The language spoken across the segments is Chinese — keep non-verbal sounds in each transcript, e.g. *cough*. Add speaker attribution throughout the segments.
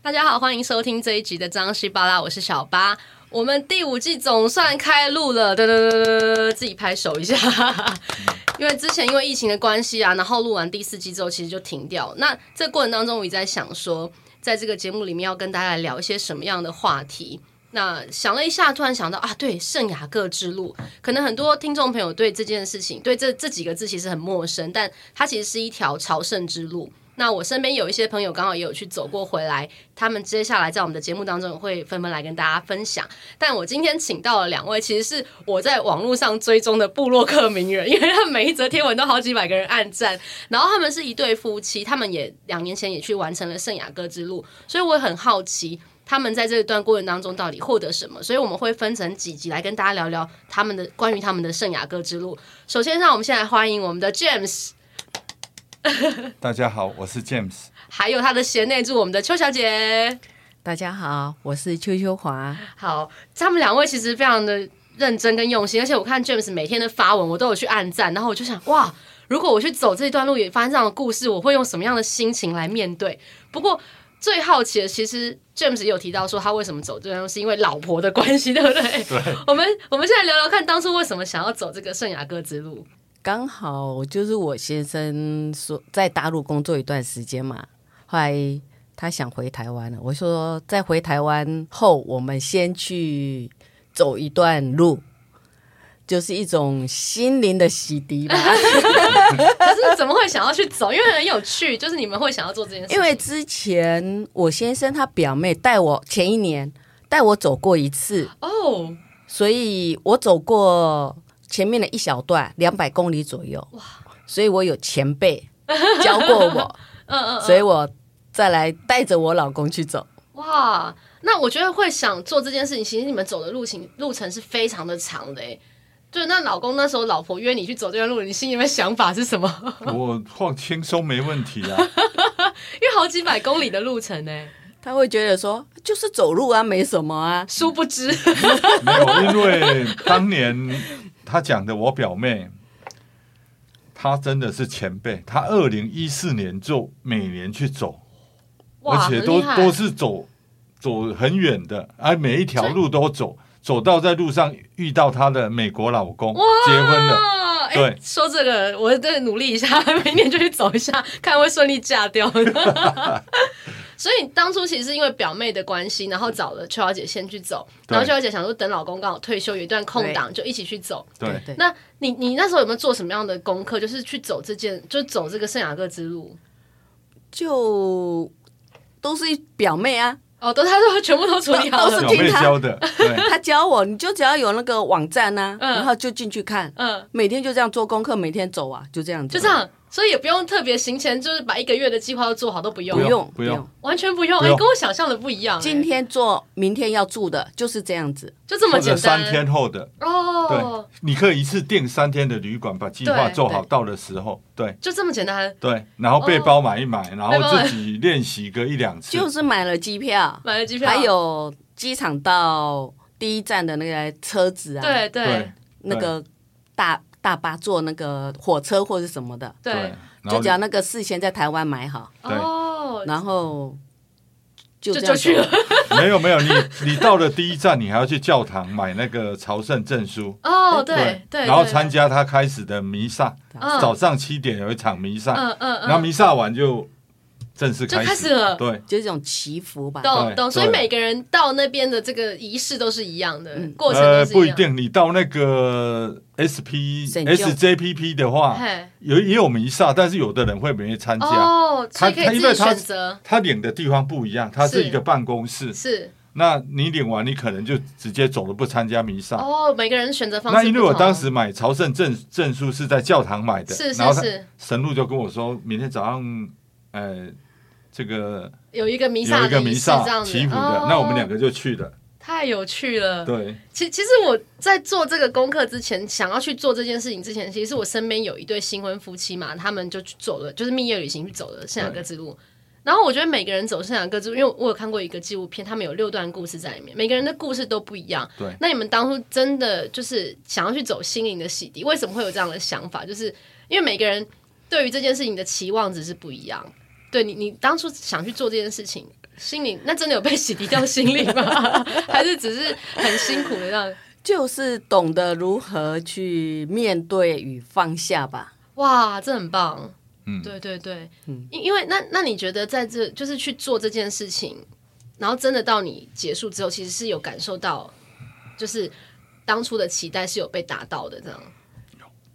Speaker 1: 大家好，欢迎收听这一集的张西巴拉，我是小八。我们第五季总算开录了，对对对对对，自己拍手一下。因为之前因为疫情的关系啊，然后录完第四季之后，其实就停掉。那这过程当中，我一直在想说，在这个节目里面要跟大家来聊一些什么样的话题。那想了一下，突然想到啊，对圣雅各之路，可能很多听众朋友对这件事情，对这这几个字其实很陌生，但它其实是一条朝圣之路。那我身边有一些朋友刚好也有去走过回来，他们接下来在我们的节目当中也会纷纷来跟大家分享。但我今天请到了两位，其实是我在网络上追踪的部落客名人，因为他们每一则贴文都好几百个人按赞。然后他们是一对夫妻，他们也两年前也去完成了圣雅各之路，所以我很好奇。他们在这一段过程当中到底获得什么？所以我们会分成几集来跟大家聊聊他们的关于他们的圣雅各之路。首先，让我们先来欢迎我们的 James，
Speaker 2: 大家好，我是 James。
Speaker 1: 还有他的贤内助我们的邱小姐。
Speaker 3: 大家好，我是邱秋华。
Speaker 1: 好，他们两位其实非常的认真跟用心，而且我看 James 每天的发文，我都有去按赞，然后我就想，哇，如果我去走这一段路，也发生这样的故事，我会用什么样的心情来面对？不过最好奇的，其实 James 也有提到说，他为什么走这段路，是因为老婆的关系，对不对？对。我们我们现在聊聊看，当初为什么想要走这个圣雅各之路？
Speaker 3: 刚好就是我先生说在大陆工作一段时间嘛，后来他想回台湾了。我说在回台湾后，我们先去走一段路，就是一种心灵的洗涤吧。
Speaker 1: 可是怎么会想要去走？因为很有趣，就是你们会想要做这件事情，
Speaker 3: 因为之前我先生他表妹带我前一年带我走过一次，
Speaker 1: 哦，
Speaker 3: 所以我走过前面的一小段，两百公里左右。哇！所以我有前辈教过我，
Speaker 1: *laughs* 嗯嗯嗯，
Speaker 3: 所以我再来带着我老公去走。
Speaker 1: 哇，那我觉得会想做这件事情，其实你们走的路程路程是非常的长的诶。对，那老公那时候老婆约你去走这段路，你心里面想法是什么？
Speaker 2: 我放轻松没问题啊，
Speaker 1: 因为好几百公里的路程欸呢，
Speaker 2: *laughs*
Speaker 3: 他会觉得说，就是走路啊，没什么啊。
Speaker 1: 殊不知，
Speaker 2: 没有，因为当年他讲的我表妹，她真的是前辈，她二零一四年就每年去走，
Speaker 1: 哇，
Speaker 2: 而且都
Speaker 1: 很厉害
Speaker 2: 都是走走很远的，而每一条路都走，走到在路上遇到她的美国老公结婚了，
Speaker 1: 哇哎
Speaker 2: 对
Speaker 1: 说这个，我再努力一下， *laughs* 明年就去走一下，看会顺利嫁掉。
Speaker 2: *laughs*
Speaker 1: 所以当初其实是因为表妹的关系，然后找了邱小姐先去走，
Speaker 2: 对
Speaker 1: 然后邱小姐想说等老公刚好退休有一段空档，就一起去走。
Speaker 2: 对。
Speaker 3: 对，
Speaker 1: 那你你那时候有没有做什么样的功课？就是去走这件，就走这个圣雅各之路。
Speaker 3: 就都是表妹
Speaker 1: *laughs*
Speaker 3: 啊，
Speaker 1: 哦，都他都全部都处理好
Speaker 3: 都
Speaker 1: 了
Speaker 3: 是
Speaker 2: 表。
Speaker 3: 听
Speaker 2: 妹
Speaker 3: 她
Speaker 2: 教的，对，
Speaker 3: 他教我，你就只要有那个网站啊，
Speaker 1: 嗯
Speaker 3: 然后就进去看，
Speaker 1: 嗯，
Speaker 3: 每天就这样做功课，每天走啊，就这样子，
Speaker 1: 就这，样，所以也不用特别行前，就是把一个月的计划都做好都不用，
Speaker 3: 不用
Speaker 2: 不用不用
Speaker 1: 完全不用。
Speaker 2: 不
Speaker 1: 哎、
Speaker 2: 用
Speaker 1: 跟我想象的不一样、哎
Speaker 3: 今天做，明天要住的，就是这样子。
Speaker 1: 就 *laughs* 这么
Speaker 2: 或者
Speaker 1: 简单。
Speaker 2: 三天后的，对
Speaker 1: 哦，，
Speaker 2: 你可以一次订三天的旅馆，把计划
Speaker 1: 对
Speaker 2: 做好，
Speaker 3: 对
Speaker 2: 到的时候，对，
Speaker 1: 就这么简单。
Speaker 2: 对，然后背包买一买，然
Speaker 1: 背包
Speaker 2: 后
Speaker 1: 买
Speaker 2: 自己练习个一两次。
Speaker 3: 就是买了机票，
Speaker 1: 买了机票，
Speaker 3: 还有机场到第一站的那个车子啊，
Speaker 1: 对
Speaker 2: 对
Speaker 1: 对
Speaker 3: 那个大大巴坐那个火车或者什么的，
Speaker 2: 对，
Speaker 1: 对
Speaker 2: 然
Speaker 3: 就
Speaker 2: 后
Speaker 3: 只要那个事先在台湾买好，
Speaker 2: 对
Speaker 1: 哦，
Speaker 3: 然后就
Speaker 1: 就
Speaker 3: 这
Speaker 1: 就
Speaker 3: 样
Speaker 1: 去了
Speaker 3: 走。
Speaker 2: *laughs* 没有没有，你你到了第一站，你还要去教堂买那个朝圣证书，
Speaker 1: 哦，对对，
Speaker 2: 然后
Speaker 1: 对
Speaker 2: 参，加他开始的弥撒，
Speaker 1: 嗯
Speaker 2: 早上七点有一场弥撒，
Speaker 1: 嗯嗯嗯，
Speaker 2: 然后弥撒完就正式
Speaker 1: 就
Speaker 2: 开
Speaker 1: 开始了
Speaker 2: 对，
Speaker 3: 就这种祈福吧，
Speaker 1: 懂
Speaker 2: 对
Speaker 1: 懂，
Speaker 2: 对
Speaker 1: 所以每个人到那边的这个仪式都是一样的，
Speaker 3: 嗯
Speaker 1: 过程都是
Speaker 2: 呃不一
Speaker 1: 样。
Speaker 2: 定，你到那个 SP
Speaker 3: 沈教
Speaker 2: SJPP 的话，
Speaker 1: 嘿，
Speaker 2: 有也有弥撒，但是有的人会没参加。
Speaker 1: 哦，所以
Speaker 2: 啊他
Speaker 1: 可
Speaker 2: 他
Speaker 1: 以
Speaker 2: 因
Speaker 1: 自
Speaker 2: 为
Speaker 1: 己
Speaker 2: 他
Speaker 1: 选择，
Speaker 2: 他领的地方不一样，它是
Speaker 1: 是
Speaker 2: 一个办公室。
Speaker 1: 是
Speaker 2: 那你领完，你可能就直接走了，不参加弥撒。
Speaker 1: 哦，每个人选择方式
Speaker 2: 啊
Speaker 1: 不同。啊
Speaker 2: 那因为我当时买朝圣证证书是在教堂买的，
Speaker 1: 是
Speaker 2: 然
Speaker 1: 是
Speaker 2: 后他
Speaker 1: 是
Speaker 2: 神路就跟我说，明天早上，呃，这个
Speaker 1: 有一个弥
Speaker 2: 有
Speaker 1: 撒
Speaker 2: 一个
Speaker 1: 的
Speaker 2: 弥
Speaker 1: 仪式
Speaker 2: 撒
Speaker 1: 这样子，
Speaker 2: 祈福的
Speaker 1: 哦，
Speaker 2: 那我们两个就去了。
Speaker 1: 太有趣了。
Speaker 2: 对，
Speaker 1: 其其实我在做这个功课之前，想要去做这件事情之前，其实我身边有一对新婚夫妻嘛，他们就去走了，就是蜜月旅行去走了圣雅各之路。然后我觉得每个人走圣雅各之路，因为我有看过一个纪录片，他们有六段故事在里面，每个人的故事都不一样。
Speaker 2: 对
Speaker 1: 那你们当初真的就是想要去走心灵的洗涤，为什么会有这样的想法？就是因为每个人对于这件事情的期望值是不一样。对你，你当初想去做这件事情，心灵那真的有被洗涤掉心灵吗？ *laughs* 还是只是很辛苦的让？
Speaker 3: 就是懂得如何去面对与放下吧。
Speaker 1: 哇，这很棒！
Speaker 2: 嗯，
Speaker 1: 对对对，
Speaker 3: 嗯
Speaker 1: 因因为那那你觉得在这就是去做这件事情，然后真的到你结束之后，其实是有感受到，就是当初的期待是有被达到的，这样。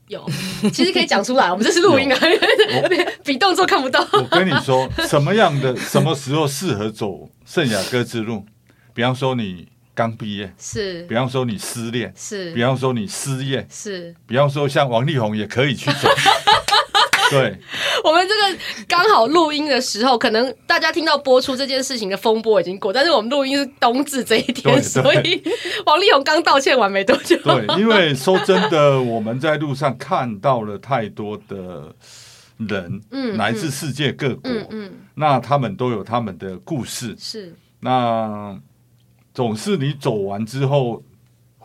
Speaker 1: 有，其实可以讲出来，我们这是录音啊， *laughs* 比动作看不到。
Speaker 2: 我跟你说，什么样的什么时候适合走圣雅各之路？比方说你刚毕业，
Speaker 1: 是
Speaker 2: 比方说你失恋，比
Speaker 1: 是
Speaker 2: 方说你失业，
Speaker 1: 是，
Speaker 2: 比方说像王力宏也可以去
Speaker 1: *laughs*
Speaker 2: 走。对，
Speaker 1: 我们这个刚好录音的时候，可能大家听到播出这件事情的风波已经过，但是我们录音是冬至这一天，
Speaker 2: 对对
Speaker 1: 所以王力宏刚道歉完没多久。
Speaker 2: 对，因为说真的，我们在路上看到了太多的人，
Speaker 1: 嗯
Speaker 2: 来自世界各国，
Speaker 1: 嗯嗯，
Speaker 2: 那他们都有他们的故事，
Speaker 1: 是
Speaker 2: 那总是你走完之后。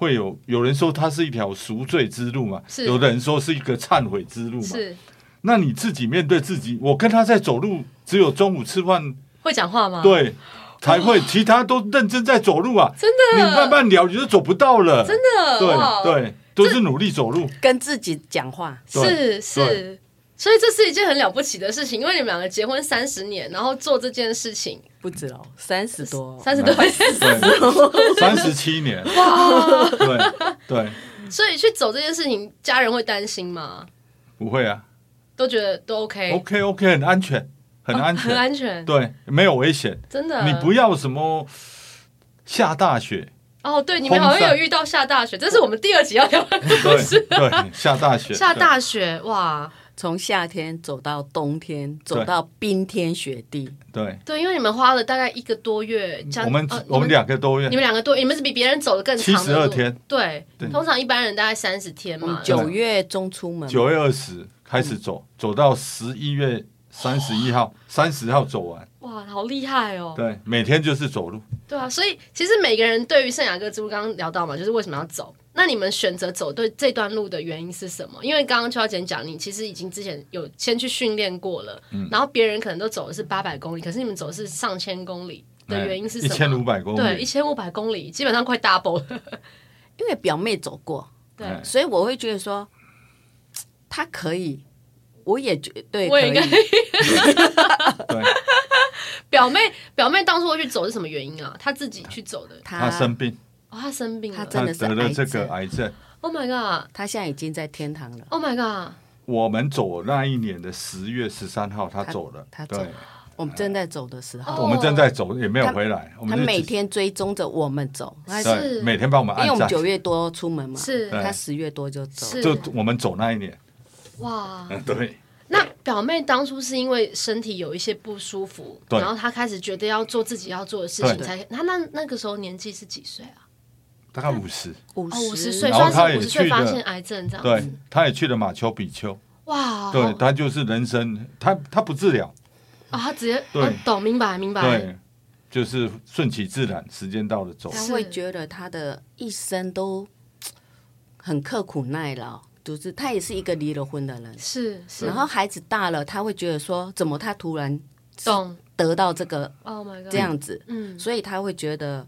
Speaker 2: 会有有人说它是一条赎罪之路嘛，
Speaker 1: 是
Speaker 2: 有的人说是一个忏悔之路嘛。
Speaker 1: 是，
Speaker 2: 那你自己面对自己，我跟他在走路，只有中午吃饭
Speaker 1: 会讲话吗？，
Speaker 2: 对，才会，其他都认真在走路啊。
Speaker 1: 啊真的
Speaker 2: 你慢慢聊，你就走不到了。
Speaker 1: 真的，哇
Speaker 2: 对对，都是努力走路。
Speaker 3: 跟自己讲话，
Speaker 1: 是
Speaker 2: 对
Speaker 1: 是。所以这是一件很了不起的事情，因为你们两个结婚三十年，然后做这件事情
Speaker 3: 不止哦，三十多，
Speaker 1: 三十多年， *laughs*
Speaker 2: 对，三十七年。对对，
Speaker 1: *laughs* 所以去走这件事情，家人会担心吗？
Speaker 2: 不会啊。
Speaker 1: 都觉得都 OK，,
Speaker 2: OK OK，很安全，很哦
Speaker 1: 哎哦
Speaker 2: 安
Speaker 1: 很
Speaker 2: 全。
Speaker 1: 安全，嗯
Speaker 2: 对，没有危险。
Speaker 1: 真的。
Speaker 2: 你不要什么下大雪。
Speaker 1: 哦，对，你们好
Speaker 2: 风
Speaker 1: 像有
Speaker 2: 扇
Speaker 1: 遇到下大雪，这是我们第二集要聊的故 *laughs*
Speaker 2: 对
Speaker 1: 事。
Speaker 2: 对，下大
Speaker 1: *laughs*
Speaker 2: 雪。
Speaker 1: 下大雪，哇，
Speaker 3: 从夏天走到冬天，走
Speaker 2: 对
Speaker 3: 到冰天雪地，
Speaker 2: 对。
Speaker 1: 对，因为你们花了大概一个多月，将
Speaker 2: 对，我们
Speaker 1: 呃
Speaker 2: 我们两个都 *laughs*
Speaker 1: 你
Speaker 2: 愿。
Speaker 1: 们两个多，你们是比别人走的更长的路
Speaker 2: 72天，
Speaker 1: 对，
Speaker 2: 对哦
Speaker 1: 通常一般人大概三十天嘛，
Speaker 3: 九月中出门，
Speaker 2: 九月二十开始走，
Speaker 1: 嗯
Speaker 2: 走到十一月三十一号、三十号走完。
Speaker 1: 哇，好厉害哦，
Speaker 2: 对，每天就是走路。
Speaker 1: 对啊，所以其实每个人对于圣雅各之路，刚刚聊到嘛，就是为什么要走。那你们选择走对这段路的原因是什么？因为刚刚邱小姐讲，你其实已经之前有先去训练过了，
Speaker 2: 嗯
Speaker 1: 然后别人可能都走的是八百公里，可是你们走的是上千公里的原因是什
Speaker 2: 哎嗯一
Speaker 1: 么？
Speaker 2: 千五百公
Speaker 1: 对，一
Speaker 2: 里，
Speaker 1: 千五百公里，基本上快 double 了。 *laughs*
Speaker 3: 因为表妹走过，
Speaker 1: 对，
Speaker 2: 哎
Speaker 3: 所以我会觉得说，她可以，我也觉对，
Speaker 1: 我也应该
Speaker 3: 可以
Speaker 2: 对，
Speaker 1: 表妹表妹当初会去走是什么原因啊？她自己去走的，
Speaker 2: 他生病，
Speaker 1: 哦，她生病
Speaker 3: 她
Speaker 1: 了
Speaker 2: 他
Speaker 3: 真的是
Speaker 2: 得了这
Speaker 3: 癌
Speaker 2: 个
Speaker 3: 症
Speaker 2: 癌症。
Speaker 1: ，Oh my god，Oh
Speaker 3: 她现在已经在天堂了。
Speaker 1: Oh my god，
Speaker 2: 我们走那一年的十月十三号，他
Speaker 3: 他
Speaker 2: 走了
Speaker 3: 他，走
Speaker 2: 对，
Speaker 3: 我们正在走的时候，
Speaker 1: 哦
Speaker 2: 我们正在走，也没有回来。我
Speaker 3: 她
Speaker 2: 们就
Speaker 3: 每
Speaker 2: 只
Speaker 3: 天追踪着我们走，她
Speaker 1: 是
Speaker 2: 对每天帮我们
Speaker 3: 因为我
Speaker 2: 按赞，
Speaker 3: 们九月多出门嘛，
Speaker 1: 是
Speaker 2: 对
Speaker 3: 她十月多就走，
Speaker 1: 是
Speaker 2: 就我们走那一年，
Speaker 1: 哇，
Speaker 2: 嗯 *laughs* 对
Speaker 1: 那表妹当初是因为身体有一些不舒服，
Speaker 2: 对
Speaker 1: 然后她开始觉得要做自己要做的事情
Speaker 2: 对
Speaker 1: 才，她那那个时候年纪是几岁啊？
Speaker 2: 大概五十，
Speaker 3: 五
Speaker 1: 哦，五十岁，
Speaker 2: 然
Speaker 1: 算
Speaker 2: 后她
Speaker 1: 是
Speaker 2: 也
Speaker 1: 五十
Speaker 2: 去
Speaker 1: 岁发
Speaker 2: 了
Speaker 1: 现癌症这样
Speaker 2: 对
Speaker 1: 子，，
Speaker 2: 他也去了马丘比丘，
Speaker 3: 哦
Speaker 1: 哇，
Speaker 2: 对
Speaker 1: 好
Speaker 2: 他就是人生，他他不治疗，
Speaker 1: 啊，她直接
Speaker 2: 对
Speaker 1: 啊懂明白明白，
Speaker 2: 对，就是顺其自然，时间到了走。
Speaker 3: 他会觉得他的一生都很刻苦耐劳，就是他也是一个离了婚的人，
Speaker 1: 是是，
Speaker 3: 然后孩子大了，他会觉得说，怎么他突然
Speaker 1: 懂
Speaker 3: 得到这个
Speaker 1: ，Oh my god，
Speaker 3: 这，样子，
Speaker 1: 嗯，
Speaker 3: 所以他会觉得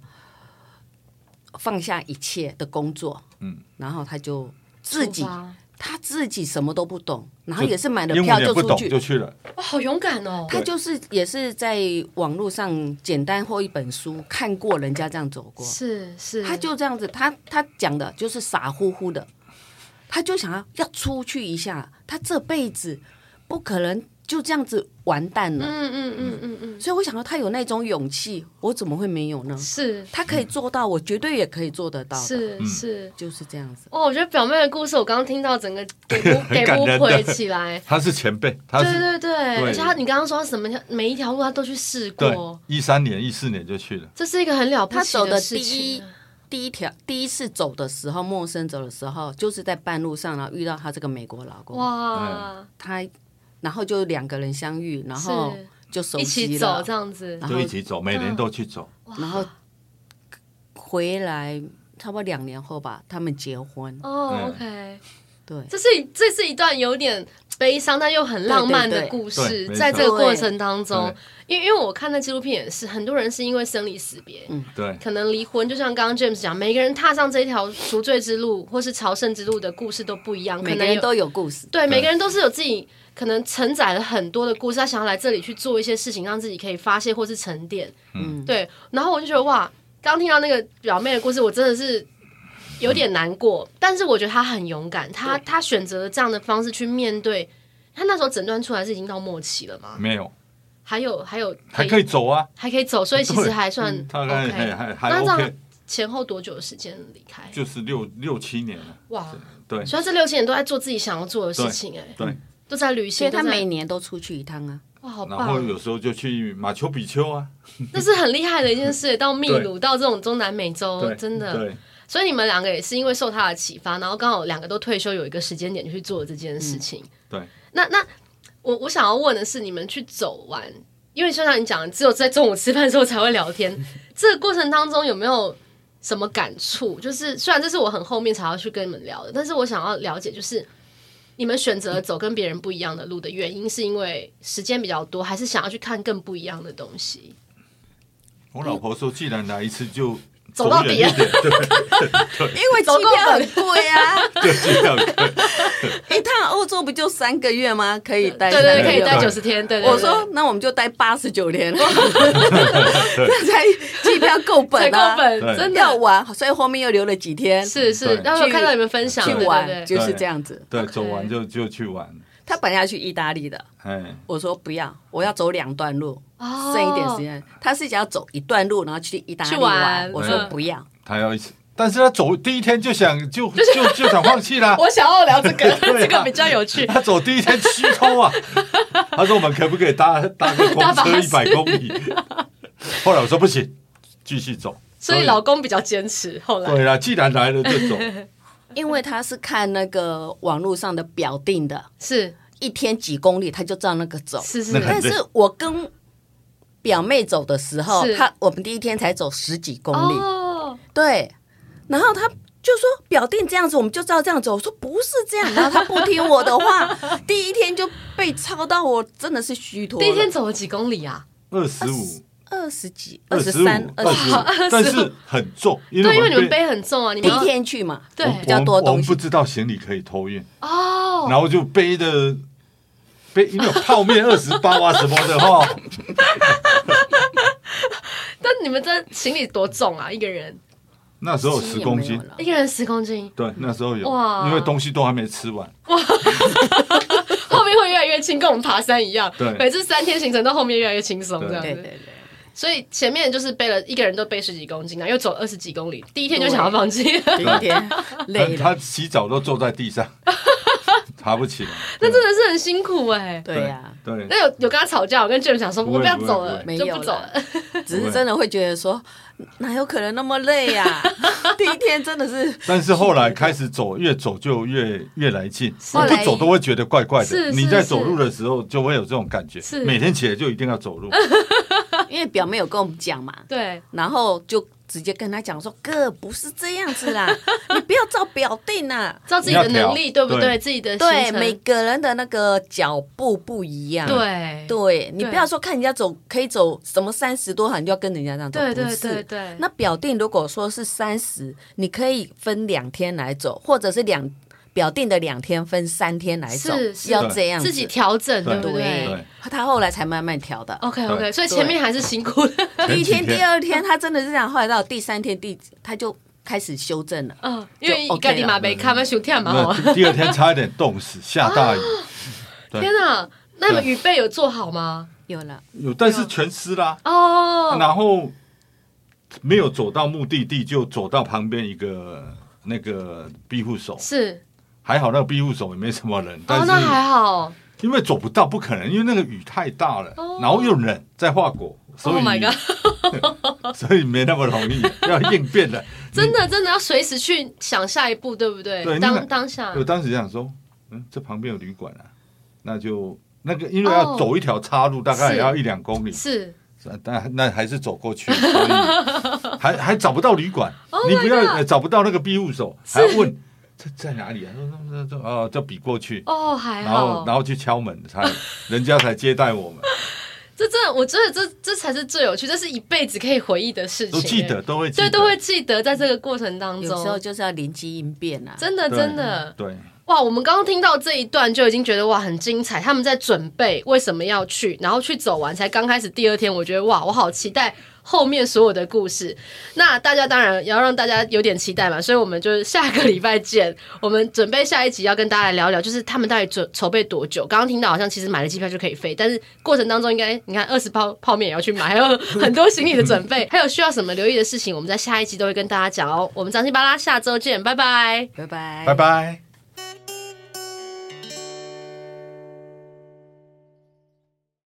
Speaker 3: 放下一切的工作，
Speaker 2: 嗯，
Speaker 3: 然后他就自己
Speaker 1: 出发
Speaker 3: 他自己什么都不懂，然后
Speaker 2: 就
Speaker 3: 也是买了
Speaker 2: 英
Speaker 3: 票
Speaker 2: 文也
Speaker 3: 就
Speaker 2: 不
Speaker 3: 出
Speaker 2: 懂
Speaker 3: 去，
Speaker 2: 就去了，
Speaker 1: 哇，好勇敢哦，
Speaker 3: 他就是也是在网络上简单或一本书看过人家这样走过，
Speaker 1: 是是，
Speaker 3: 他就这样子，他他讲的就是傻乎乎的，他就想要要出去一下，他这辈子不可能就这样子完蛋了。
Speaker 1: 嗯嗯嗯嗯嗯，
Speaker 3: 所以我想说，他有那种勇气，我怎么会没有呢？
Speaker 1: 是
Speaker 3: 他可以做到，我绝对也可以做得到的，
Speaker 1: 是
Speaker 2: 嗯
Speaker 1: 是。
Speaker 3: 就是这样子。
Speaker 1: 哇，我觉得表妹的故事，我刚刚听到整个给不给
Speaker 2: *laughs* 很感
Speaker 1: 不
Speaker 2: 人的
Speaker 1: 回起来，
Speaker 2: 他是前辈，他
Speaker 1: 对
Speaker 2: 啊
Speaker 1: 对
Speaker 2: 是
Speaker 1: 对，而且他你刚刚说他什么条每一条路他都去试
Speaker 2: 对
Speaker 3: 哦
Speaker 1: 过，，
Speaker 2: 一三年、一四年就去了，
Speaker 1: 这是一个很了不
Speaker 3: 他
Speaker 1: 起
Speaker 3: 走的
Speaker 1: 事
Speaker 3: 第
Speaker 1: 情
Speaker 3: 一。第一条第一次走的时候，陌生走的时候，就是在半路上，然后遇到他这个美国老公，
Speaker 1: 哇，
Speaker 3: 他，然后就两个人相遇，
Speaker 2: 嗯
Speaker 3: 然后
Speaker 1: 是
Speaker 3: 就熟
Speaker 1: 一
Speaker 3: 悉
Speaker 1: 起走
Speaker 3: 了
Speaker 1: 这，样子
Speaker 3: 然，后
Speaker 2: 就一起走，每年都去走。
Speaker 3: 然后回来差不多两年后吧，他们结婚。
Speaker 1: 哦
Speaker 2: 嗯
Speaker 1: ，OK，
Speaker 3: 对，
Speaker 1: 这是这是一段有点悲伤但又很浪漫的故
Speaker 2: 对对
Speaker 1: 事
Speaker 2: 对，对
Speaker 1: 在这个过程当中
Speaker 2: 对，
Speaker 1: 因为因为我看那纪录片也是，很多人是因为生离死别，
Speaker 3: 嗯
Speaker 2: 对
Speaker 1: 可能离婚，就像刚刚 James 讲，每个人踏上这条赎罪之路或是朝圣之路的故事都不一样，可
Speaker 3: 每个
Speaker 1: 能
Speaker 3: 人
Speaker 1: 有
Speaker 3: 都有故事。
Speaker 1: 对，每个人都是有自己可能承载了很多的故事，他想要来这里去做一些事情，让自己可以发泄或是沉淀。
Speaker 2: 嗯
Speaker 1: 嗯，对。然后我就觉得哇，刚听到那个表妹的故事，我真的是有点难过，但是我觉得她很勇敢，她她选择了这样的方式去面对。她那时候诊断出来是已经到末期了嘛，
Speaker 2: 没有，
Speaker 1: 还有还有
Speaker 2: 嗯还可以走啊，
Speaker 1: 还可以走，所以其实
Speaker 2: 对嗯
Speaker 1: 还算
Speaker 2: 大概
Speaker 1: OK
Speaker 2: 哎还还还
Speaker 1: 那这样
Speaker 2: OK，
Speaker 1: 前后多久的时间离开？
Speaker 2: 就是六六七年了，
Speaker 1: 哇！
Speaker 2: 对
Speaker 1: 所以她这六七年都在做自己想要做的事情、哎，
Speaker 2: 对，
Speaker 1: 都在旅
Speaker 3: 所
Speaker 1: 行，
Speaker 3: 以他
Speaker 1: 都在
Speaker 3: 每年都出去一
Speaker 1: *laughs*
Speaker 3: 趟啊，
Speaker 1: 哇，好棒
Speaker 2: 然
Speaker 1: 哦！
Speaker 2: 后有时候就去马丘比丘啊，
Speaker 1: 那是很厉害的一件事，到秘鲁，到这种中南美洲
Speaker 2: 对，，
Speaker 1: 真的。
Speaker 2: 对
Speaker 1: 所以你们两个也是因为受他的启发，然后刚好两个都退休，有一个时间点去做这件事情。
Speaker 2: 对，
Speaker 1: 那那我我想要问的是，你们去走完，因为就像你讲，的，只有在中午吃饭的时候才会聊天，这个过程当中有没有什么感触？就是虽然这是我很后面才要去跟你们聊的，但是我想要了解，就是你们选择走跟别人不一样的路的原因，是因为时间比较多，还是想要去看更不一样的东西？
Speaker 2: 我老婆说，既然来一次就
Speaker 1: 走到
Speaker 2: 远
Speaker 1: 底
Speaker 2: 一点， *laughs* 对，
Speaker 3: 因为
Speaker 1: 走
Speaker 3: 机
Speaker 1: 够
Speaker 3: 票
Speaker 1: 本
Speaker 3: 很贵啊， *laughs*
Speaker 2: 就这样， *laughs* 对
Speaker 3: 一趟欧洲不就三个月吗？可以待
Speaker 1: 对对，
Speaker 3: 三
Speaker 1: 对
Speaker 3: 个
Speaker 1: 可以
Speaker 3: 月
Speaker 1: 待
Speaker 3: 吗
Speaker 1: 九十天。对对对
Speaker 3: 我说，那我们就待八十
Speaker 1: *laughs*
Speaker 3: 九天， *laughs* 这才机票够
Speaker 1: 采
Speaker 3: 本
Speaker 1: 购
Speaker 3: 啊，
Speaker 1: 本
Speaker 2: 对
Speaker 1: 真
Speaker 3: 要
Speaker 1: 的
Speaker 3: 玩，所以后面又留了几天
Speaker 1: 是是，
Speaker 2: 对
Speaker 1: 然后有看到你们分享
Speaker 3: 去
Speaker 1: 对对
Speaker 3: 玩，
Speaker 1: 对
Speaker 3: 就是这样子。
Speaker 2: 对，
Speaker 1: OK
Speaker 2: 走完就就去玩，
Speaker 3: 他本来要去意大利的，
Speaker 2: 哎，
Speaker 3: 我说不要，我要走两段路，
Speaker 1: 哦
Speaker 3: 剩一点时间。他是想要走一段路，然后去意大利
Speaker 1: 去玩
Speaker 3: 我说
Speaker 2: 嗯
Speaker 3: 不要，
Speaker 2: 她要一次，但是她走第一天就想就就就想放弃 *laughs* 啦
Speaker 1: 哦，我想要聊
Speaker 3: *laughs*
Speaker 1: 这个，
Speaker 2: 对
Speaker 1: 这
Speaker 2: 啊
Speaker 1: 个比较有趣。
Speaker 2: 她走第一天虚脱 *laughs* 啊，她说我们可不可以搭搭个
Speaker 1: 搭
Speaker 2: 公
Speaker 1: 巴
Speaker 2: 车
Speaker 1: 士
Speaker 2: 一百公 *laughs* 里？后来我说不行，继续走，
Speaker 1: 所以老公比较坚持，后来
Speaker 2: 对啦，既然来了就 *laughs* 走，
Speaker 3: 因为他是看那个网络上的表定的，
Speaker 1: 是
Speaker 3: 一天几公里，他就照那个走。
Speaker 1: 是是
Speaker 2: 那很
Speaker 3: 但是我跟表妹走的时候
Speaker 1: 是，
Speaker 3: 她我们第一天才走十几公里，
Speaker 1: 哦，
Speaker 3: 对，然后她就说表定这样子，我们就照这样走。我说不是这样，然后她不听我的话，第一天就被操到我真的是虚脱了。
Speaker 1: 第一天走了几公里啊？
Speaker 2: 二十五。
Speaker 3: 二十几、
Speaker 2: 二
Speaker 3: 二
Speaker 2: 十
Speaker 3: 十哦
Speaker 2: 五
Speaker 3: 三、、
Speaker 2: 二十
Speaker 3: 十
Speaker 2: 五
Speaker 3: 五，，
Speaker 2: 但是很重，因
Speaker 1: 对，因为你
Speaker 2: 我
Speaker 1: 们
Speaker 2: 们
Speaker 1: 背很重啊，你
Speaker 3: 第
Speaker 1: 们
Speaker 3: 一
Speaker 1: 要
Speaker 3: 天去嘛，
Speaker 1: 对
Speaker 3: 比较多
Speaker 2: 我们
Speaker 3: 东
Speaker 2: 不
Speaker 3: 西。
Speaker 2: 知道行李可以托运，
Speaker 1: 哦，
Speaker 2: 然后就背的背，因为有泡面二十八啊什么的哈，
Speaker 1: 但你们这行李多重啊？一个人
Speaker 2: 那时候有十公
Speaker 3: 心也
Speaker 2: 斤
Speaker 3: 没有，了
Speaker 1: 一个人十公斤，
Speaker 2: 对，那时候有，
Speaker 1: 哇
Speaker 2: 因为东西都还没吃完，
Speaker 1: 后面会越来越轻，跟我们爬山一样。
Speaker 2: 对
Speaker 1: 每次三天行程到后面越来越轻松这样
Speaker 3: 对对
Speaker 1: 子。
Speaker 3: 对，
Speaker 1: 所以前面就是背了一个人都背十几公斤啊，又走二十几公里，第一天就想要放弃。
Speaker 2: *laughs*
Speaker 3: 对第一天累了，
Speaker 2: 他他洗澡都坐在地上，爬不起来，
Speaker 1: 那真的是很辛苦哎、
Speaker 3: 对啊呀，
Speaker 2: 对，
Speaker 1: 那有有跟他吵架，我跟 Jim 想说，
Speaker 2: 不
Speaker 1: 我
Speaker 2: 会
Speaker 1: 不要走了，
Speaker 3: 不会
Speaker 1: 就
Speaker 3: 不会
Speaker 1: 不走了。 *laughs*
Speaker 3: 只是真的会觉得说，哪有可能那么累 *laughs* 呀？第一天真的是
Speaker 2: 但是后来开始走，越走就越越来劲，
Speaker 1: 后
Speaker 2: 不
Speaker 1: 来
Speaker 2: 走都会觉得怪怪的。
Speaker 1: 是是
Speaker 2: 你在走路的时候就会有这种感觉
Speaker 1: 是，
Speaker 2: 每天起来就一定要走路，
Speaker 3: 因为表妹有跟我们讲嘛，
Speaker 1: 对，
Speaker 3: 然后就直接跟他讲说，哥不是这样子 *laughs* 啦，你不要照表定啊啦。
Speaker 1: 照自己的能力，
Speaker 2: 你要调
Speaker 1: 对不对？
Speaker 2: 对
Speaker 1: 自己的行
Speaker 3: 对，
Speaker 1: 程
Speaker 3: 每个人的那个脚步不一样。。
Speaker 1: 对
Speaker 3: 对你
Speaker 1: 对
Speaker 3: 不要说看人家走可以走什么三十多行，你就要跟人家这样走，
Speaker 1: 对
Speaker 3: 不
Speaker 1: 对
Speaker 3: 是
Speaker 1: 对对
Speaker 3: 那表定如果说是三十，你可以分两天来走，或者是两表定的两天分三天来走
Speaker 1: 是，是
Speaker 3: 要这样子
Speaker 1: 自己调整，
Speaker 2: 对
Speaker 1: 对不对
Speaker 2: 对
Speaker 3: 他后来才慢慢调的。
Speaker 1: ？OK
Speaker 2: 对
Speaker 1: OK，所以前面还是辛苦 *laughs* 的。
Speaker 2: 前
Speaker 3: 哦第一
Speaker 2: 几
Speaker 3: 天、第二天，他真的是这样，后来到第三天、第他就开始修正了。
Speaker 1: 嗯，因为
Speaker 3: 就 OK
Speaker 1: 盖蒂马被看完熊跳嘛，哦
Speaker 2: 那第二天差一点冻死，下大雨，
Speaker 1: 啊
Speaker 2: 对
Speaker 1: 天哪！那你们雨备有做好吗？
Speaker 3: 有了，
Speaker 2: 有但是全湿啦，
Speaker 1: 哦，
Speaker 2: 然后没有走到目的地，就走到旁边一个那个庇护所，
Speaker 1: 是
Speaker 2: 还好那个庇护所也没什么人，但
Speaker 1: 哦，那还
Speaker 2: 是
Speaker 1: 好。
Speaker 2: 因为走不到，不可能，因为那个雨太大了，
Speaker 1: 哦
Speaker 2: 然后又冷，在华国，所
Speaker 1: Oh
Speaker 2: 以、
Speaker 1: my god！
Speaker 2: *laughs* 所以没那么容易，要应变
Speaker 1: *laughs*
Speaker 2: 的。
Speaker 1: 真的真的要随时去想下一步，对不对
Speaker 2: 对？那
Speaker 1: 当
Speaker 2: 个
Speaker 1: 当下
Speaker 2: 我当时想说，嗯，这旁边有旅馆啊，那就那个因为要
Speaker 1: 哦
Speaker 2: 走一条岔路，大概
Speaker 1: 是
Speaker 2: 也要一两公里，
Speaker 1: 是
Speaker 2: 但那还是走过去，
Speaker 1: *laughs*
Speaker 2: 所以还还找不到旅馆
Speaker 1: Oh my
Speaker 2: 你不要
Speaker 1: God
Speaker 2: 呃找不到那个庇护所，还要问 *laughs* 这在哪里啊？说那那这哦，就比过去，
Speaker 1: 哦，还
Speaker 2: 然后
Speaker 1: 好，
Speaker 2: 然后去敲门，才人家才接
Speaker 1: *laughs*
Speaker 2: 待我们，
Speaker 1: 这真的，我觉得这这才是最有趣，这是一辈子可以回忆的事情，
Speaker 2: 都记得，都会记
Speaker 1: 对，
Speaker 2: 得，
Speaker 1: 都会记得在这个过程当
Speaker 3: 有时候
Speaker 1: 中，
Speaker 3: 就是要灵机应变啊。
Speaker 1: 真的
Speaker 2: 对
Speaker 1: 真的，
Speaker 2: 对。
Speaker 1: 哇！我们刚刚听到这一段就已经觉得哇很精彩，他们在准备为什么要去，然后去走完才刚开始第二天，我觉得哇，我好期待后面所有的故事。那大家当然也要让大家有点期待嘛，所以我们就是下个礼拜见。我们准备下一集要跟大家来聊聊，就是他们到底准筹备多久？刚刚听到好像其实买了机票就可以飞，但是过程当中应该你看二十包泡面也要去买，还有很多行李的准备，还有需要什么留意的事情，我们在下一集都会跟大家讲哦。我们张新巴拉下周见，拜拜。
Speaker 3: 拜拜，
Speaker 2: 拜拜。